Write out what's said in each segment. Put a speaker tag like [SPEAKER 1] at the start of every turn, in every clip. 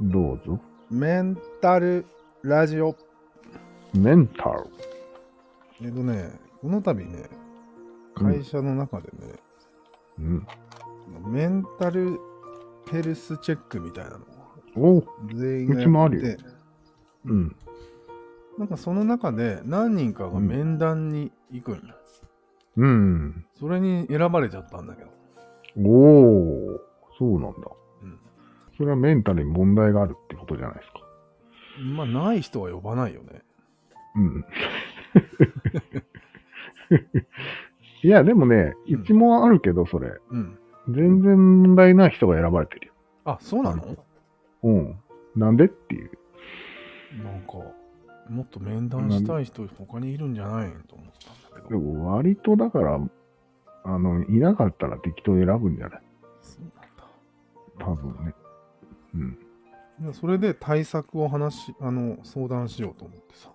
[SPEAKER 1] どうぞ。
[SPEAKER 2] メンタルラジオ。
[SPEAKER 1] メンタル。
[SPEAKER 2] えっとね、この度ね、
[SPEAKER 1] うん
[SPEAKER 2] 会社の中でね、
[SPEAKER 1] うん。
[SPEAKER 2] メンタルヘルスチェックみたいなの
[SPEAKER 1] おう。
[SPEAKER 2] を全員が
[SPEAKER 1] うちもあるよ
[SPEAKER 2] やって
[SPEAKER 1] うん。
[SPEAKER 2] なんかその中で何人かが面談に行くんだ。
[SPEAKER 1] うん。
[SPEAKER 2] それに選ばれちゃったんだけど。
[SPEAKER 1] おお。そうなんだ。
[SPEAKER 2] うん
[SPEAKER 1] それはメンタルに問題があるってことじゃないですか。
[SPEAKER 2] まあ、ない人は呼ばないよね。
[SPEAKER 1] うん。 いや、でもね、
[SPEAKER 2] うん
[SPEAKER 1] うちもあるけど、それ。
[SPEAKER 2] うん。
[SPEAKER 1] 全然問題ない人が選ばれてるよ。
[SPEAKER 2] あ、そうなの
[SPEAKER 1] うん。なんでっていう。
[SPEAKER 2] なんか、もっと面談したい人他にいるんじゃないと思ったんだけ
[SPEAKER 1] で
[SPEAKER 2] ど。
[SPEAKER 1] も割とだから、あの、いなかったら適当に選ぶんじゃない
[SPEAKER 2] そう
[SPEAKER 1] 多分ね。うん。
[SPEAKER 2] なんだそれで対策を話し、あの、相談しようと思ってさ。
[SPEAKER 1] ああ、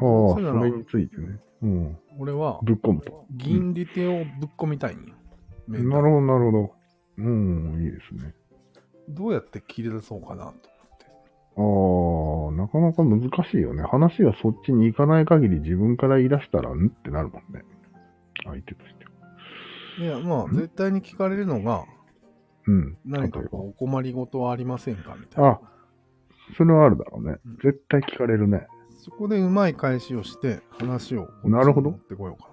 [SPEAKER 1] そ
[SPEAKER 2] それなら
[SPEAKER 1] れについてね。うん。
[SPEAKER 2] 俺は
[SPEAKER 1] ぶっ込むと。
[SPEAKER 2] 銀利手をぶっ込みたいんよ。
[SPEAKER 1] な
[SPEAKER 2] メ
[SPEAKER 1] る
[SPEAKER 2] ン
[SPEAKER 1] ほ
[SPEAKER 2] タル
[SPEAKER 1] ど、なるほど。うん、いいですね。
[SPEAKER 2] どうやって切り出そうかな
[SPEAKER 1] あ
[SPEAKER 2] と。
[SPEAKER 1] あ、なかなか難しいよね。話がそっちに行かない限り自分から言い出したら、んってなるもんね。相手としては。
[SPEAKER 2] いや、まあ、
[SPEAKER 1] ん
[SPEAKER 2] 絶対に聞かれるのが、
[SPEAKER 1] うん。
[SPEAKER 2] 何かこうお困りごとはありませんかみたい
[SPEAKER 1] あ
[SPEAKER 2] な。
[SPEAKER 1] それはあるだろうね
[SPEAKER 2] うん。
[SPEAKER 1] 絶対聞かれるね。
[SPEAKER 2] そこでうまい返しをして、話をこっちに
[SPEAKER 1] なるほど
[SPEAKER 2] 持ってこようか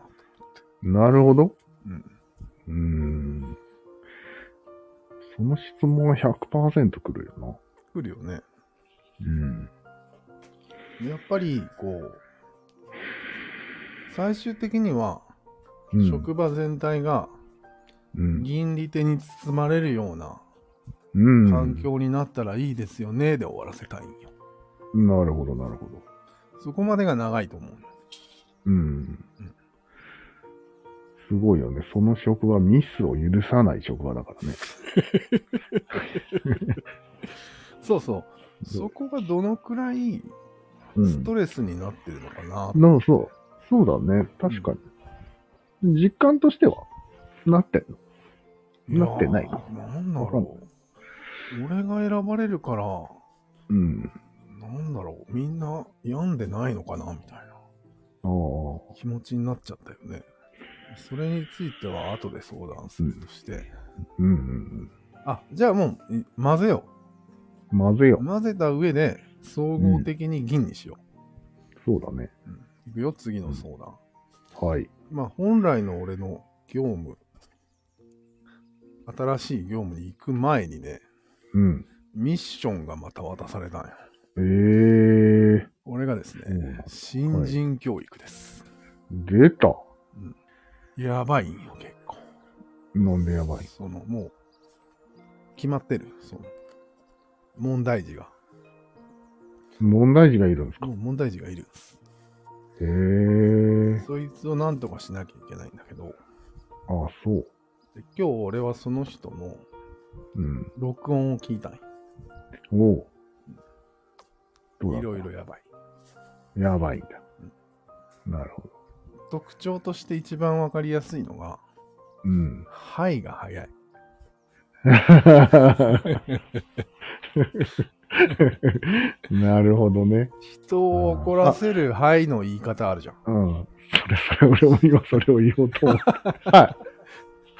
[SPEAKER 1] なるほど。
[SPEAKER 2] な。
[SPEAKER 1] うー
[SPEAKER 2] うん。
[SPEAKER 1] ん。その質問は100%くるよな。
[SPEAKER 2] 来るよね。
[SPEAKER 1] うん。
[SPEAKER 2] やっぱり、こう、最終的には、
[SPEAKER 1] うん、
[SPEAKER 2] 職場全体が
[SPEAKER 1] うん。
[SPEAKER 2] 銀利手に包まれるような
[SPEAKER 1] うん。
[SPEAKER 2] 環境になったらいいですよね、で終わらせたいんよ。
[SPEAKER 1] なるほど、なるほど。
[SPEAKER 2] そこまでが長いと思う。
[SPEAKER 1] うん。すごいよね。その職場、ミスを許さない職場だからね。
[SPEAKER 2] そうそう。そこがどのくらい
[SPEAKER 1] うん
[SPEAKER 2] ス。トレスになってるのかな。
[SPEAKER 1] なあそう。そうだね。確かに。実感としては、なってんのなってない
[SPEAKER 2] やーなんだろう。俺が選ばれるから、
[SPEAKER 1] うん。
[SPEAKER 2] なんだろう。みんな病んでないのかな、みたいな
[SPEAKER 1] ああ。
[SPEAKER 2] 気持ちになっちゃったよね。それについては後で相談するとして。
[SPEAKER 1] うんうん
[SPEAKER 2] あ、じゃあもうい混ぜよ。
[SPEAKER 1] うん。まずいうよ。
[SPEAKER 2] 混ぜた上で、総合的に銀にしよ
[SPEAKER 1] そうだね。
[SPEAKER 2] う。うんいくよ、次の相談。
[SPEAKER 1] はい。
[SPEAKER 2] まあ、本来の俺の業務、新しい業務に行く前にね、
[SPEAKER 1] うん。
[SPEAKER 2] ミッションがまた渡されたんよ。
[SPEAKER 1] ええ
[SPEAKER 2] 俺がですね、
[SPEAKER 1] うん
[SPEAKER 2] 新人教育です。
[SPEAKER 1] 出た。
[SPEAKER 2] やばいんよ、結構。
[SPEAKER 1] なんでやばい。
[SPEAKER 2] その、もう、決まってる。その、問題児が。
[SPEAKER 1] 問題児がいるんですか
[SPEAKER 2] もう問題児がいるんです。
[SPEAKER 1] へえ
[SPEAKER 2] そいつをなんとかしなきゃいけないんだけど、
[SPEAKER 1] ああ、そう。
[SPEAKER 2] で今日俺はその人の
[SPEAKER 1] うん。
[SPEAKER 2] 録音を聞いたんよ。
[SPEAKER 1] おう。どうだ
[SPEAKER 2] いろいろやばい。
[SPEAKER 1] やばいんだ。なるほど。
[SPEAKER 2] 特徴として一番わかりやすいのが、
[SPEAKER 1] うん。
[SPEAKER 2] はいが早い。
[SPEAKER 1] なるほどね。
[SPEAKER 2] 人を怒らせるはいの言い方あるじゃん。
[SPEAKER 1] うん。それ、それ、俺も今それを言おうと思った。はい。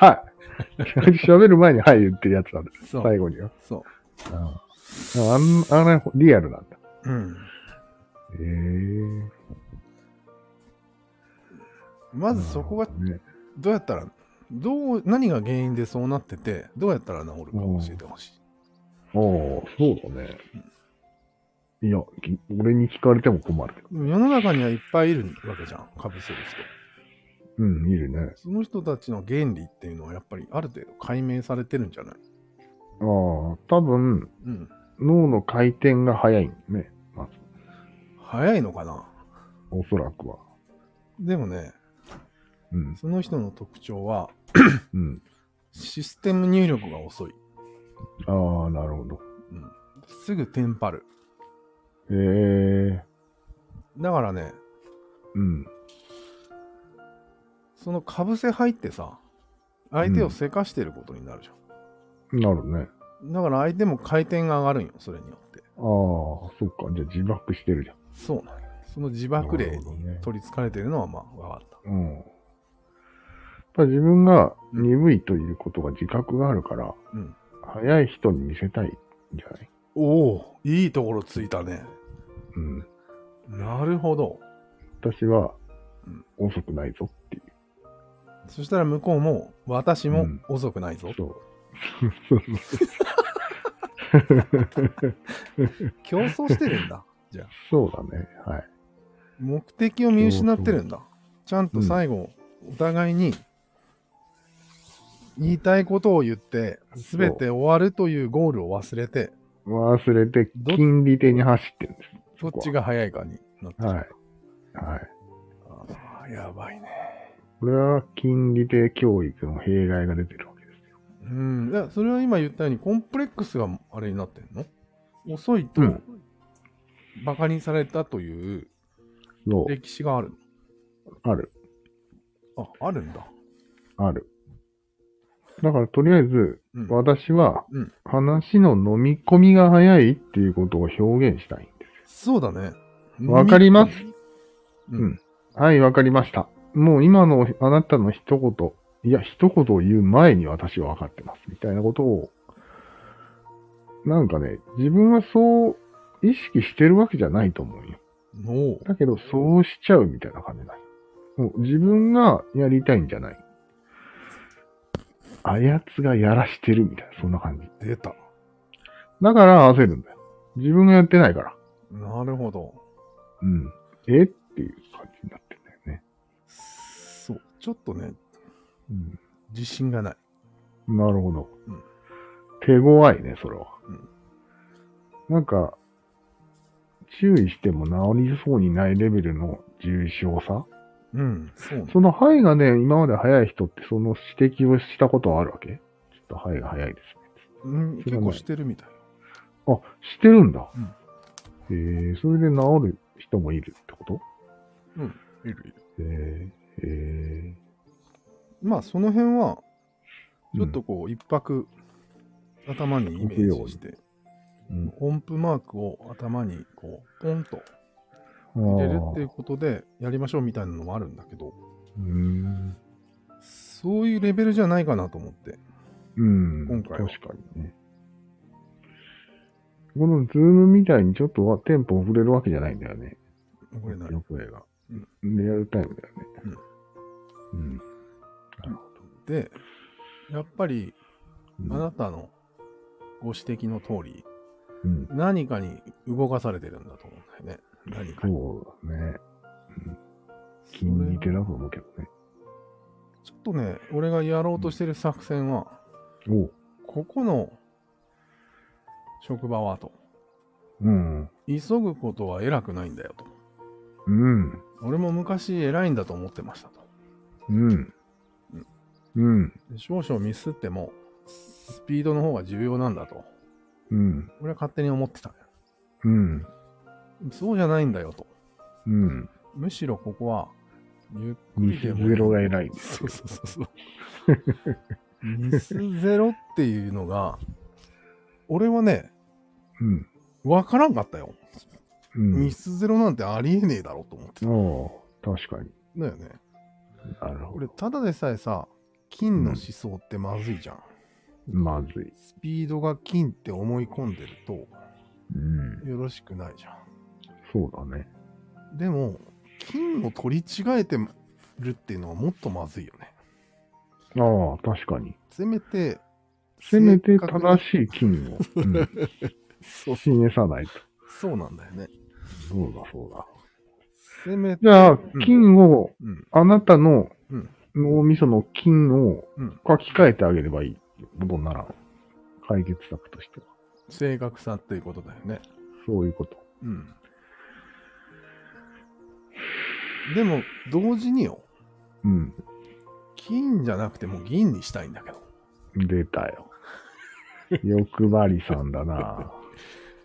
[SPEAKER 1] はい。喋る前に、はい言ってるやつなんだ。
[SPEAKER 2] そう。
[SPEAKER 1] 最後には。
[SPEAKER 2] そ
[SPEAKER 1] うん。あん、あれ、リアルなんだ。
[SPEAKER 2] う。うん。
[SPEAKER 1] へえ
[SPEAKER 2] まずそこが
[SPEAKER 1] ね。
[SPEAKER 2] どうやったら、どう、何が原因でそうなってて、どうやったら治るか教えてほしい。
[SPEAKER 1] ああ、そうだね。いや、き俺に聞かれても困るけど。
[SPEAKER 2] でも世の中にはいっぱいいるわけじゃん、かぶせる
[SPEAKER 1] うん、いるね。
[SPEAKER 2] 人。その人たちの原理っていうのはやっぱりある程度解明されてるんじゃない
[SPEAKER 1] ああ、多分、
[SPEAKER 2] うん。
[SPEAKER 1] 脳の回転が早いんだね。まず、
[SPEAKER 2] 早いのかな
[SPEAKER 1] おそらくは。
[SPEAKER 2] でもね、
[SPEAKER 1] うん、
[SPEAKER 2] その人の特徴は、
[SPEAKER 1] うん。
[SPEAKER 2] システム入力が遅い。
[SPEAKER 1] ああ、なるほど。
[SPEAKER 2] うん。すぐテンパる。
[SPEAKER 1] へえ
[SPEAKER 2] だからね、
[SPEAKER 1] うん、
[SPEAKER 2] そのかぶせ入ってさ、相手をせかしてることになるじゃん。
[SPEAKER 1] なるね。
[SPEAKER 2] だから相手も回転が上がるんよ、それによって。
[SPEAKER 1] ああ、そっか。じゃあ自爆してるじゃん。
[SPEAKER 2] そうなんよその自爆
[SPEAKER 1] な
[SPEAKER 2] 霊
[SPEAKER 1] るほど
[SPEAKER 2] に
[SPEAKER 1] ね
[SPEAKER 2] 取りつかれてるのはまあ分かった。
[SPEAKER 1] うん。やっぱ自分が鈍いということが自覚があるから、
[SPEAKER 2] うん。
[SPEAKER 1] 早い人に見せたいんじゃない
[SPEAKER 2] おお、いいところついたね。
[SPEAKER 1] うん。
[SPEAKER 2] なるほど。
[SPEAKER 1] 私は
[SPEAKER 2] うん
[SPEAKER 1] 遅くないぞっていう。
[SPEAKER 2] そしたら向こうも、私
[SPEAKER 1] う
[SPEAKER 2] も
[SPEAKER 1] ん
[SPEAKER 2] 遅くないぞ。
[SPEAKER 1] そう。そう そう
[SPEAKER 2] 競争してるんだ。
[SPEAKER 1] そうだね。はい。
[SPEAKER 2] 目的を見失ってるんだ。ちゃんと最後、お互いに言いたいことを言って、すべて終わるというゴールを忘れて、
[SPEAKER 1] 忘れて、
[SPEAKER 2] ど
[SPEAKER 1] 金利手に走ってるんで
[SPEAKER 2] どっちが早いかになって
[SPEAKER 1] す。
[SPEAKER 2] る
[SPEAKER 1] はい。はい。
[SPEAKER 2] あーやばいね。
[SPEAKER 1] これは金利手教育の弊害が出てるわけですよ。
[SPEAKER 2] うん。いやそれは今言ったように、コンプレックスがあれになってんの遅いと
[SPEAKER 1] うん、
[SPEAKER 2] バカにされたという
[SPEAKER 1] そ
[SPEAKER 2] 歴史がある
[SPEAKER 1] う。ある。
[SPEAKER 2] の。あ、あるんだ。
[SPEAKER 1] ある。だから、とりあえず、
[SPEAKER 2] うん。
[SPEAKER 1] 私は
[SPEAKER 2] うん、
[SPEAKER 1] 話の飲み込みが早いっていうことを表現したいんで
[SPEAKER 2] そうだね。
[SPEAKER 1] わかります
[SPEAKER 2] う。
[SPEAKER 1] うんんす。はい、わかりました。もう今のあなたの一言、いや、一言を言う前に私は分かってます。みたいなことを、なんかね、自分はそう意識してるわけじゃないと思うよ。
[SPEAKER 2] おう
[SPEAKER 1] だけど、そうしちゃうみたいな感じだ。もう自分がやりたいんじゃない。あやつがやらしてるみたいな、そんな感じ。
[SPEAKER 2] 出た。
[SPEAKER 1] だから焦るんだよ。自分がやってないから。
[SPEAKER 2] なるほど。
[SPEAKER 1] うん。えっていう感じになってんだよね。
[SPEAKER 2] そう。ちょっとね、
[SPEAKER 1] うん。
[SPEAKER 2] 自信がない。
[SPEAKER 1] なるほど。
[SPEAKER 2] うん
[SPEAKER 1] 手強いね、それは。
[SPEAKER 2] うん
[SPEAKER 1] なんか、注意しても治りそうにないレベルの重症さ。
[SPEAKER 2] うん、そうね。
[SPEAKER 1] その肺がね、今まで早い人ってその指摘をしたことはあるわけちょっと肺が早いですね。
[SPEAKER 2] うん、
[SPEAKER 1] 知らな
[SPEAKER 2] 結
[SPEAKER 1] い
[SPEAKER 2] 構してるみたい。
[SPEAKER 1] あ、してるんだ。
[SPEAKER 2] う
[SPEAKER 1] ええ
[SPEAKER 2] ん
[SPEAKER 1] ー、それで治る人もいるってこと
[SPEAKER 2] いるいる。
[SPEAKER 1] えー、え
[SPEAKER 2] まあ、その辺は、
[SPEAKER 1] ー、
[SPEAKER 2] ちょっとこう、一泊、頭にイメージして、
[SPEAKER 1] うん、
[SPEAKER 2] 音符マークを頭に、こう、ポンと
[SPEAKER 1] うん、
[SPEAKER 2] 入れるっていうことで、やりましょうみたいなのもあるんだけど、
[SPEAKER 1] うーん。
[SPEAKER 2] そういうレベルじゃないかなと思って。
[SPEAKER 1] うん。
[SPEAKER 2] 今回は
[SPEAKER 1] 確かにね。このズームみたいにちょっとはテンポ遅れるわけじゃないんだよね。
[SPEAKER 2] これな
[SPEAKER 1] の声が
[SPEAKER 2] うん。
[SPEAKER 1] リアルタイムだよね。うん。
[SPEAKER 2] で、やっぱり、
[SPEAKER 1] うん。
[SPEAKER 2] あなたのご指摘の通り、
[SPEAKER 1] うん。
[SPEAKER 2] 何かに動かされてるんだと思うんだよね。何かに。
[SPEAKER 1] そうだね。
[SPEAKER 2] そ
[SPEAKER 1] 筋
[SPEAKER 2] れ
[SPEAKER 1] 肉だと思うけどね。
[SPEAKER 2] ちょっとね、俺がやろうとしてる作戦は、
[SPEAKER 1] おう。
[SPEAKER 2] ここの職場はと、
[SPEAKER 1] うん。
[SPEAKER 2] 急ぐことは偉くないんだよと。
[SPEAKER 1] うん。
[SPEAKER 2] 俺も昔偉いんだと思ってましたと。
[SPEAKER 1] うん。うん。
[SPEAKER 2] で少々ミスっても、スピードの方が重要なんだと。
[SPEAKER 1] うん。
[SPEAKER 2] 俺は勝手に思ってたんや。
[SPEAKER 1] うん。
[SPEAKER 2] そうじゃないんだよと。
[SPEAKER 1] うん。
[SPEAKER 2] むしろここは、ゆっく
[SPEAKER 1] ミ
[SPEAKER 2] りで
[SPEAKER 1] ス
[SPEAKER 2] も
[SPEAKER 1] ゼロが偉い。
[SPEAKER 2] そうそうそうそう。ミスゼロっていうのが、俺はね、
[SPEAKER 1] うん。
[SPEAKER 2] わからんかったよ。
[SPEAKER 1] う
[SPEAKER 2] ミ
[SPEAKER 1] ん。
[SPEAKER 2] スゼロなんてありえねえだろと思ってた。
[SPEAKER 1] おう。確かに。
[SPEAKER 2] だよね。
[SPEAKER 1] なるほ
[SPEAKER 2] 俺、
[SPEAKER 1] ど。
[SPEAKER 2] ただでさえさ、金の思想ってまずいじゃん。
[SPEAKER 1] まずい。
[SPEAKER 2] スピードが金って思い込んでると、
[SPEAKER 1] うん。
[SPEAKER 2] よろしくないじゃ
[SPEAKER 1] そうだね。
[SPEAKER 2] ん。でも、金を取り違えてるっていうのはもっとまずいよね。
[SPEAKER 1] ああ、確かに。
[SPEAKER 2] せめて、
[SPEAKER 1] せめて
[SPEAKER 2] 正確に
[SPEAKER 1] 正しい金を、うん、
[SPEAKER 2] そう
[SPEAKER 1] 示さないと。
[SPEAKER 2] そうなんだよね。
[SPEAKER 1] そうだ、そうだ。
[SPEAKER 2] せめて、
[SPEAKER 1] じゃあ
[SPEAKER 2] ん、
[SPEAKER 1] 金を、
[SPEAKER 2] うん、
[SPEAKER 1] あなたの
[SPEAKER 2] うん
[SPEAKER 1] 脳みその金を
[SPEAKER 2] うん
[SPEAKER 1] 書き換えてあげればいいことにならん。解決策としては。
[SPEAKER 2] 正確さっていうことだよね。
[SPEAKER 1] そういうこと。
[SPEAKER 2] うん。でも、同時によ、
[SPEAKER 1] うん。
[SPEAKER 2] 金じゃなくてもう銀にしたいんだけど。
[SPEAKER 1] 出た よ。欲張りさんだな。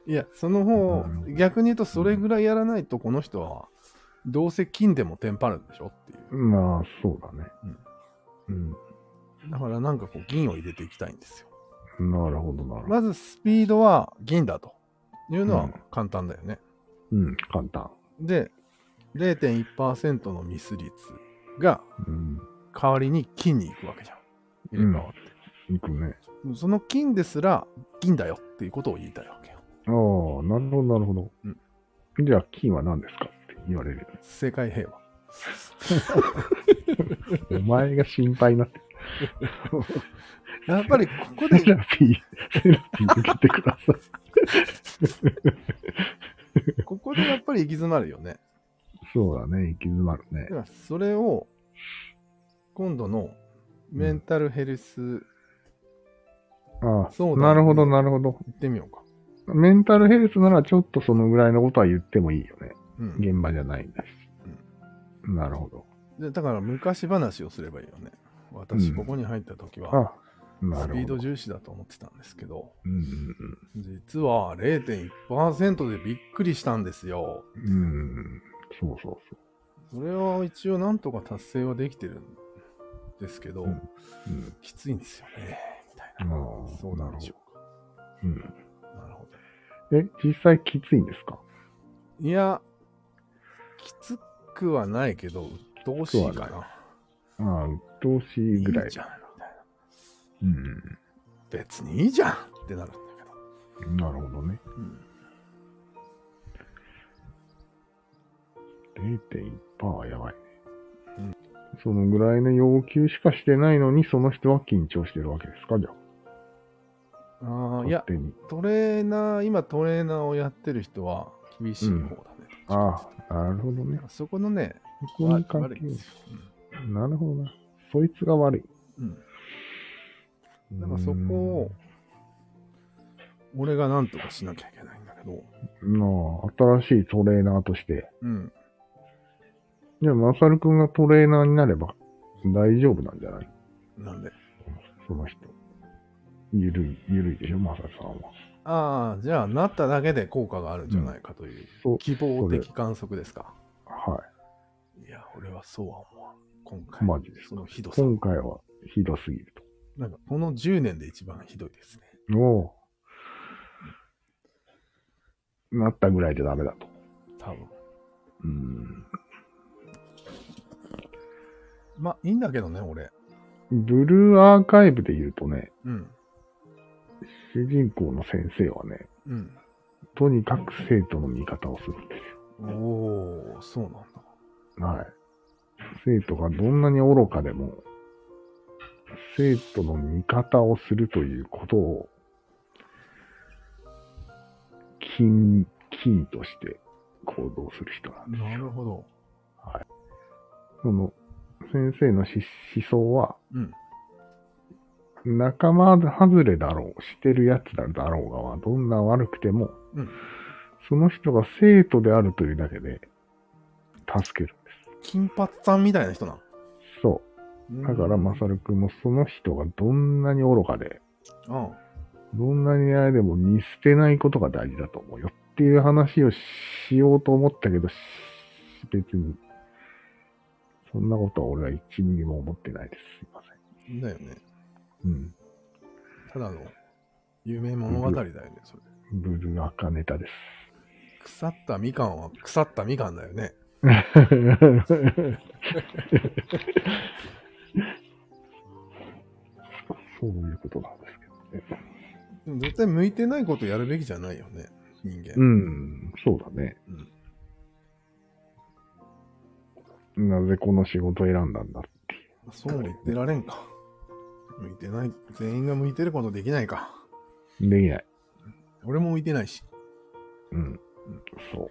[SPEAKER 2] いや、その方
[SPEAKER 1] なるほ、ど
[SPEAKER 2] 逆に言うと、それぐらいやらないと、この人は、どうせ金でもテンパるんでしょっていう。
[SPEAKER 1] まあ、そうだね。うん。
[SPEAKER 2] だから、なんかこう、銀を入れていきたいんですよ。
[SPEAKER 1] なるほど、なるほど。
[SPEAKER 2] まずスピードは銀だというの
[SPEAKER 1] う
[SPEAKER 2] は
[SPEAKER 1] ん
[SPEAKER 2] 簡単だよね。
[SPEAKER 1] うん、簡単。
[SPEAKER 2] で、0.1%のミス率が
[SPEAKER 1] うん。
[SPEAKER 2] 代わりに金に行くわけじゃん。入れ替わって
[SPEAKER 1] いくね。
[SPEAKER 2] その金ですら銀だよっていうことを言いたいわけよ。
[SPEAKER 1] ああ、なるほど、なるほど。
[SPEAKER 2] うん
[SPEAKER 1] じゃあ、金は何ですかって言われる。
[SPEAKER 2] 世界平和。
[SPEAKER 1] お前が心配になって。
[SPEAKER 2] やっぱりここで
[SPEAKER 1] セラピー、セラピー受けてください。
[SPEAKER 2] ここでやっぱり行き詰まるよね。
[SPEAKER 1] そうだね、行き詰まるね
[SPEAKER 2] だ。からそれを今度のメンタルヘルス行
[SPEAKER 1] ああ、
[SPEAKER 2] そうだね
[SPEAKER 1] なるほど、なるほど。
[SPEAKER 2] ってみようか。
[SPEAKER 1] メンタルヘルスならちょっとそのぐらいのことは言ってもいいよね。
[SPEAKER 2] うん、
[SPEAKER 1] 現場じゃないんだし。なるほど。
[SPEAKER 2] でだから昔話をすればいいよね。
[SPEAKER 1] う
[SPEAKER 2] 私
[SPEAKER 1] ん
[SPEAKER 2] ここに入った時は、
[SPEAKER 1] あ、な
[SPEAKER 2] ス
[SPEAKER 1] る
[SPEAKER 2] ピー
[SPEAKER 1] ほ
[SPEAKER 2] ド
[SPEAKER 1] ど。
[SPEAKER 2] 重視だと思ってたんですけど、
[SPEAKER 1] うん
[SPEAKER 2] 実は0.1%でびっくりしたんですよ。
[SPEAKER 1] うんうん、うん、そうそうそ
[SPEAKER 2] それは一応なんとか達成はできてるんですけど、
[SPEAKER 1] うんう。うん、
[SPEAKER 2] きついんですよね。みたい
[SPEAKER 1] あ
[SPEAKER 2] な。
[SPEAKER 1] あ、
[SPEAKER 2] そうなんでしょう
[SPEAKER 1] う。うん。
[SPEAKER 2] か。なるほど。
[SPEAKER 1] え、実際きついんですか
[SPEAKER 2] いや、きつくはないけど、鬱陶しいかな。
[SPEAKER 1] ああ、鬱陶しいぐらい。
[SPEAKER 2] じゃん、みたいな。
[SPEAKER 1] うん。
[SPEAKER 2] 別にいいじゃんってなるんだけど。
[SPEAKER 1] なるほどね。
[SPEAKER 2] うん
[SPEAKER 1] 0.1%やばいね。そのぐらいの要求しかしてないのに、その人は緊張してるわけですかじゃあ、
[SPEAKER 2] あー
[SPEAKER 1] 勝
[SPEAKER 2] いや、
[SPEAKER 1] 手に。
[SPEAKER 2] トレーナー、今トレーナーをやってる人は厳しい方だね。
[SPEAKER 1] ああ、なるほどね。
[SPEAKER 2] そこのね、
[SPEAKER 1] そこに関
[SPEAKER 2] 悪いん
[SPEAKER 1] 係
[SPEAKER 2] ですよ。
[SPEAKER 1] なるほどな。そいつが悪い。
[SPEAKER 2] うんうんだからそこを、俺がなんとかしなきゃいけないんだけど、
[SPEAKER 1] うん。なあ、新しいトレーナーとして。
[SPEAKER 2] うん。
[SPEAKER 1] じゃあ、マサル君がトレーナーになれば大丈夫なんじゃない
[SPEAKER 2] なんで。
[SPEAKER 1] その人。ゆるい、ゆるいでしょ、マサルさんは。
[SPEAKER 2] ああ、じゃあ、なっただけで効果があるんじゃないかという、
[SPEAKER 1] そう、
[SPEAKER 2] 希望的観測ですか。
[SPEAKER 1] はい
[SPEAKER 2] や、俺はそうは思わん。今
[SPEAKER 1] い。
[SPEAKER 2] 回、
[SPEAKER 1] マジです。
[SPEAKER 2] そのひどさ。
[SPEAKER 1] 今回はひどすぎる
[SPEAKER 2] なんか、この10年で一番ひどいですね。
[SPEAKER 1] と。おう。なったぐらいじゃダメだと。
[SPEAKER 2] 多分。
[SPEAKER 1] うん。
[SPEAKER 2] まあ、いいんだけどね、俺。
[SPEAKER 1] ブルーアーカイブで言うとね、
[SPEAKER 2] うん。
[SPEAKER 1] 主人公の先生はね、
[SPEAKER 2] うん。
[SPEAKER 1] とにかく生徒の味方をするんです
[SPEAKER 2] おお、そうなんだ。
[SPEAKER 1] よ。はい。生徒がどんなに愚かでも、生徒の味方をするということを、金、金として行動する人なんです。
[SPEAKER 2] なるほど。
[SPEAKER 1] その、先生の思思想は、
[SPEAKER 2] うん。
[SPEAKER 1] 仲間外れだろう、してるやつだろうがは、どんな悪くても、
[SPEAKER 2] うん
[SPEAKER 1] その人が生徒であるというだけで、助けるんで
[SPEAKER 2] 金髪さんみたいな人な
[SPEAKER 1] す。そう。
[SPEAKER 2] の
[SPEAKER 1] だから、マサル君もその人がどんなに愚かで、
[SPEAKER 2] うん。
[SPEAKER 1] どんなにあれでも見捨てないことが大事だと思うよっていう話をしようと思ったけど、し別に、そんなことは俺は一ミリも思ってないです。すいま
[SPEAKER 2] だよね。
[SPEAKER 1] せん。うん。
[SPEAKER 2] ただの、有名物語だよね、それ。
[SPEAKER 1] ブルーアカネタです。
[SPEAKER 2] 腐ったみかんは腐ったみかんだよね。
[SPEAKER 1] そういうことなんですけどね。
[SPEAKER 2] でも絶対向いてないことやるべきじゃないよね、人間。
[SPEAKER 1] うん、そうだね。なぜこの仕事を選んだんだっていう。
[SPEAKER 2] そうも言ってられんか。向いてない。全員が向いてることできないか。
[SPEAKER 1] できない。
[SPEAKER 2] 俺も向いてないし。
[SPEAKER 1] うん。そ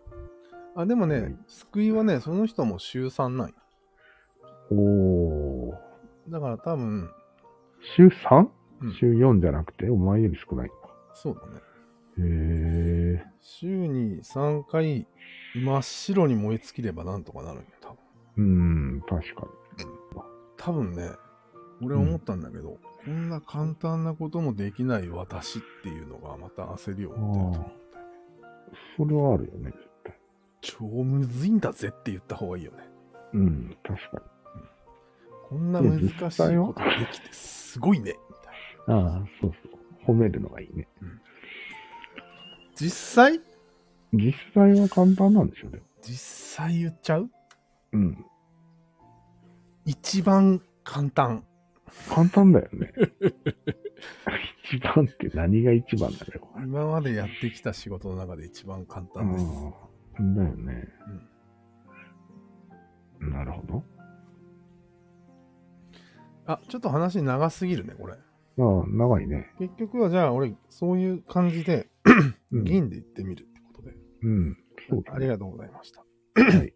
[SPEAKER 2] あ、でもね、
[SPEAKER 1] うん
[SPEAKER 2] 救いはね、その人も週3ない。
[SPEAKER 1] う。おー。
[SPEAKER 2] だから多分、
[SPEAKER 1] 週 3?
[SPEAKER 2] うん
[SPEAKER 1] 週4じゃなくて、お前より少ないん
[SPEAKER 2] そうだね。
[SPEAKER 1] だ。へえ。
[SPEAKER 2] 週に3回真っ白に燃え尽きればなんとかなるんよ、多分。
[SPEAKER 1] うん、確か
[SPEAKER 2] 多分ね、俺思ったんだけど、こんな簡単なこともできない私っていうのがまた焦りを持ってると思うんだよね。
[SPEAKER 1] に。それはあるよね、絶対。
[SPEAKER 2] 超むずいんだぜって言った方がいいよね。
[SPEAKER 1] うん、確か
[SPEAKER 2] こんな難しいことできてすごいね。みたい
[SPEAKER 1] に。ああ、そうそう。褒めるのがいいね。
[SPEAKER 2] 実際
[SPEAKER 1] 実際は簡単なんでしょうね。
[SPEAKER 2] 実際言っちゃう
[SPEAKER 1] うん。
[SPEAKER 2] 一番簡単。
[SPEAKER 1] 簡単だよね。 一番って何が一番だろう。
[SPEAKER 2] 今までやってきた仕事の中で一番簡単です。
[SPEAKER 1] うん。だよね。なるほ
[SPEAKER 2] あ、ちょっと話長すぎるね、これ。
[SPEAKER 1] ど。ああ、長いね。
[SPEAKER 2] 結局はじゃあ俺、そういう感じで
[SPEAKER 1] うん。
[SPEAKER 2] 銀で行ってみるってことで。
[SPEAKER 1] うん。そうだ
[SPEAKER 2] ありがとうございました。
[SPEAKER 1] ね。はい